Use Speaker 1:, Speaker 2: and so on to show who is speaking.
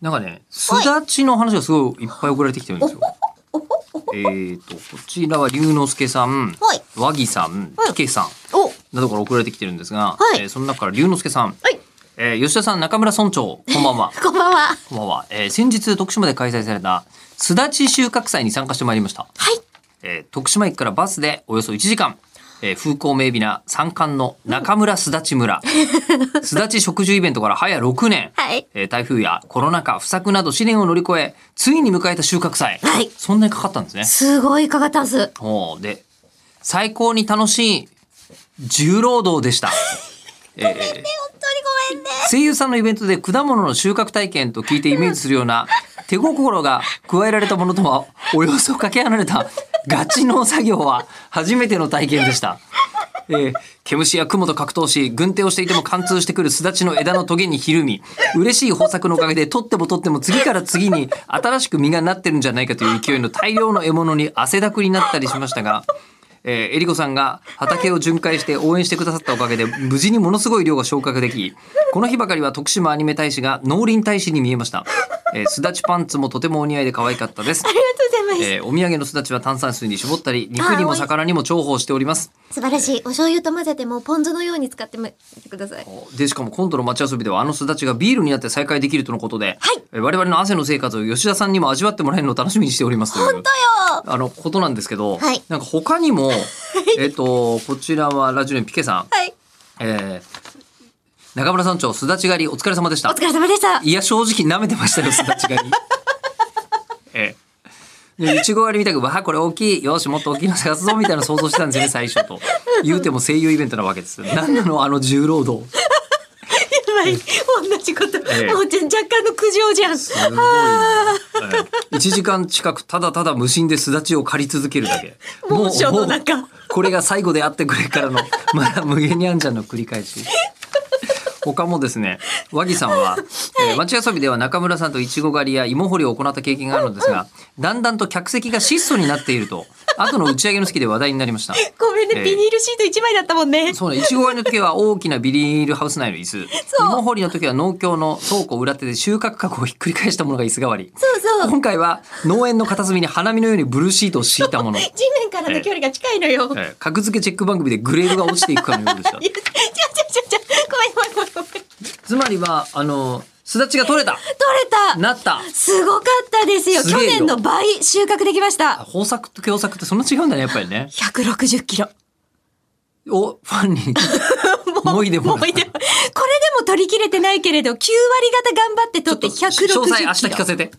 Speaker 1: なんかね、すだちの話がすごいいっぱい送られてきてるんですよ。
Speaker 2: おほ
Speaker 1: えーと、こちらは龍之介さん、
Speaker 2: はい
Speaker 1: 和木さん、
Speaker 2: はい
Speaker 1: きけさん
Speaker 2: お
Speaker 1: などから送られてきてるんですが、
Speaker 2: はい
Speaker 1: えーその中から龍之介さん、
Speaker 2: はい
Speaker 1: えー吉田さん、中村村 長、こんばんは。
Speaker 2: こんばんはは
Speaker 1: こんばんは。えー先日、徳島で開催された、すだち収穫祭に参加してまいりました。
Speaker 2: い
Speaker 1: えー徳島駅からバスでおよそ1時間、えー風光明媚な山間の中村すだち 村、すだち植樹イベントから早6年、
Speaker 2: はい
Speaker 1: えー台風やコロナ禍不作など試練を乗り越えついに迎えた収穫祭、
Speaker 2: はい
Speaker 1: そんなにかかったんですね
Speaker 2: すごいかかったんす
Speaker 1: おーで最高に楽しい重労働 でしたえー
Speaker 2: 本当にごめんね
Speaker 1: 声優さんのイベントで果物の収穫体験と聞いてイメージするような手心が加えられたものとはおよそかけ離れたガチの作業は初めての体験でした。えー毛虫や雲と格闘し軍手をしていても貫通してくるすだちの枝のトゲにひるみ嬉しい豊作のおかげで取っても取っても次から次に新しく実がなってるんじゃないかという勢いの大量の獲物に汗だくになったりしましたがえー、えりこさんが畑を巡回して応援してくださったおかげで無事にものすごい量が消化できこの日ばかりは徳島アニメ大使が農林大使に見えました、えー、すだちパンツもとてもお似合いで可愛かったです
Speaker 2: あ、りがとうございます、
Speaker 1: えー、お土産のすだちは炭酸水に絞ったり肉にも魚にも重宝しております
Speaker 2: 素晴らしいお醤油と混ぜてもうポン酢のように使ってみてください
Speaker 1: でしかも今度の街遊びではあのすだちがビールになって再開できるとのことで、
Speaker 2: はい
Speaker 1: えー我々の汗の生活を吉田さんにも味わってもらえるのを楽しみにしておりますという
Speaker 2: 本当よ
Speaker 1: あのことなんですけど、
Speaker 2: はい
Speaker 1: なんか他にも、えっとこちらはラジオネームピケさん
Speaker 2: はい
Speaker 1: えー、中村村長すだち狩りお疲れ様でした
Speaker 2: お疲れ様でした
Speaker 1: いや正直舐めてましたよすだち 狩りええでいちご狩りみたくわあこれ大きいよしもっと大きいの探すぞみたいな想像してたんですよね最初と言うても声優イベントなわけです何なのあの重労働
Speaker 2: はい同じこと、
Speaker 1: ええ
Speaker 2: もうじゃ若干の苦情じゃ ん
Speaker 1: すごいな、ええ、1時間近くただただ無心ですだちを狩り続けるだけ
Speaker 2: 猛暑の中
Speaker 1: もうこれが最後であってくれからのまだ無限にゃんじゃんの繰り返し他もですね和木さんは、えー町遊びでは中村さんとイチゴ狩りや芋掘りを行った経験があるのですが、だんだんと客席が質素になっていると後の打ち上げの席で話題になりました
Speaker 2: ごめんね、
Speaker 1: ええ
Speaker 2: ビニールシート一枚だったもんね
Speaker 1: そうね、いちご狩りの時は大きなビニールハウス内の椅子
Speaker 2: そう
Speaker 1: 芋掘りの時は農協の倉庫裏手で収穫箱をひっくり返したものが椅子代わり
Speaker 2: そうそ う
Speaker 1: 今回は農園の片隅に花見のようにブルーシートを敷い たもの。え
Speaker 2: 地面からの距離が近いのよ、
Speaker 1: え格付けチェック番組でグレードが落ちていくかのようでした
Speaker 2: い。や、ちゃちゃちゃちゃ、ごめんごめんごめんごめん。取れ
Speaker 1: つまりは、あの、すだちが取れた
Speaker 2: た
Speaker 1: なった
Speaker 2: すごかったですよ。
Speaker 1: すげえ
Speaker 2: 去
Speaker 1: よ
Speaker 2: 年の倍収穫できました。
Speaker 1: 豊作と凶作ってそんな違うんだね、やっぱりね。
Speaker 2: 160キロ。
Speaker 1: お、ファンに。 もいで も
Speaker 2: もういでもこれでも取り切れてないけれど、9割方頑張って取って
Speaker 1: 詳細明
Speaker 2: 160
Speaker 1: 日
Speaker 2: キ
Speaker 1: 聞か
Speaker 2: ロ。
Speaker 1: せて。